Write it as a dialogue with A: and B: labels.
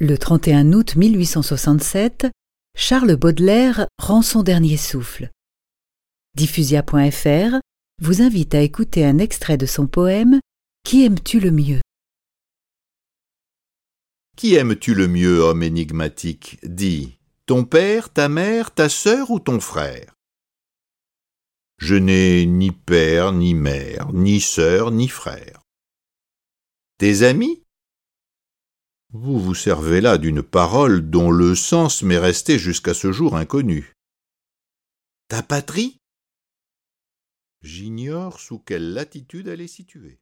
A: Le 31 août 1867, Charles Baudelaire rend son dernier souffle. Diffusia.fr vous invite à écouter un extrait de son poème Qui aimes-tu le mieux
B: Qui aimes-tu le mieux, homme énigmatique Dis, ton père, ta mère, ta sœur ou ton frère Je n'ai ni père, ni mère, ni sœur, ni frère. Tes amis vous vous servez là d'une parole dont le sens m'est resté jusqu'à ce jour inconnu. Ta patrie J'ignore sous quelle latitude elle est située.